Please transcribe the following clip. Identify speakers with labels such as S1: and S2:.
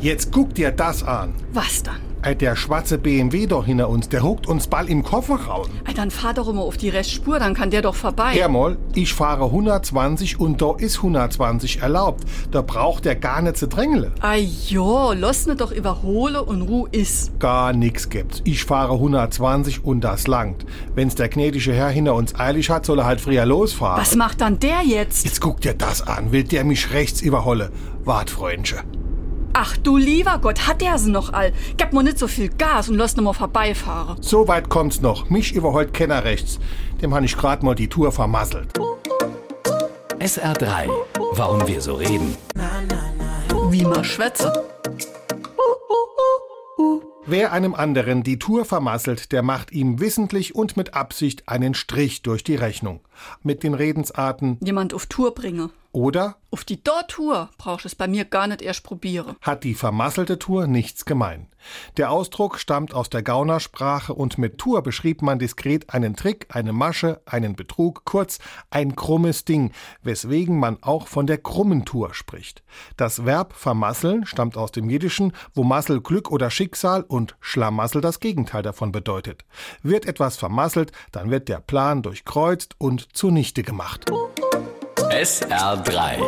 S1: Jetzt guck dir das an.
S2: Was dann?
S1: Äh, Der schwarze BMW doch hinter uns, der huckt uns ball im Kofferraum.
S2: Ey, dann fahr doch immer auf die Restspur, dann kann der doch vorbei.
S1: Hermol, ich fahre 120 und da ist 120 erlaubt. Da braucht der gar nicht zu drängeln.
S2: Ei jo, lass ne doch überhole und Ruhe ist.
S1: Gar nix gibt's. Ich fahre 120 und das langt. Wenn's der gnädige Herr hinter uns eilig hat, soll er halt früher losfahren.
S2: Was macht dann der jetzt?
S1: Jetzt guck dir das an. Will der mich rechts überholle? Wart, Freundchen.
S2: Ach du lieber Gott, hat der's noch all. Gib mir nicht so viel Gas und lass ne mal vorbeifahren.
S1: So weit kommt's noch. Mich überholt keiner rechts. Dem han ich grad mal die Tour vermasselt.
S3: SR3. Warum wir so reden.
S2: Wie man schwätze.
S1: Wer einem anderen die Tour vermasselt, der macht ihm wissentlich und mit Absicht einen Strich durch die Rechnung. Mit den Redensarten
S2: Jemand auf Tour bringe.
S1: oder
S2: Auf die Dort-Tour brauchst es bei mir gar nicht erst probiere.
S1: hat die vermasselte Tour nichts gemein. Der Ausdruck stammt aus der Gaunersprache und mit Tour beschrieb man diskret einen Trick, eine Masche, einen Betrug, kurz ein krummes Ding, weswegen man auch von der krummen Tour spricht. Das Verb vermasseln stammt aus dem Jiddischen, wo Massel Glück oder Schicksal und Schlamassel das Gegenteil davon bedeutet. Wird etwas vermasselt, dann wird der Plan durchkreuzt und zunichte gemacht.
S3: SR3.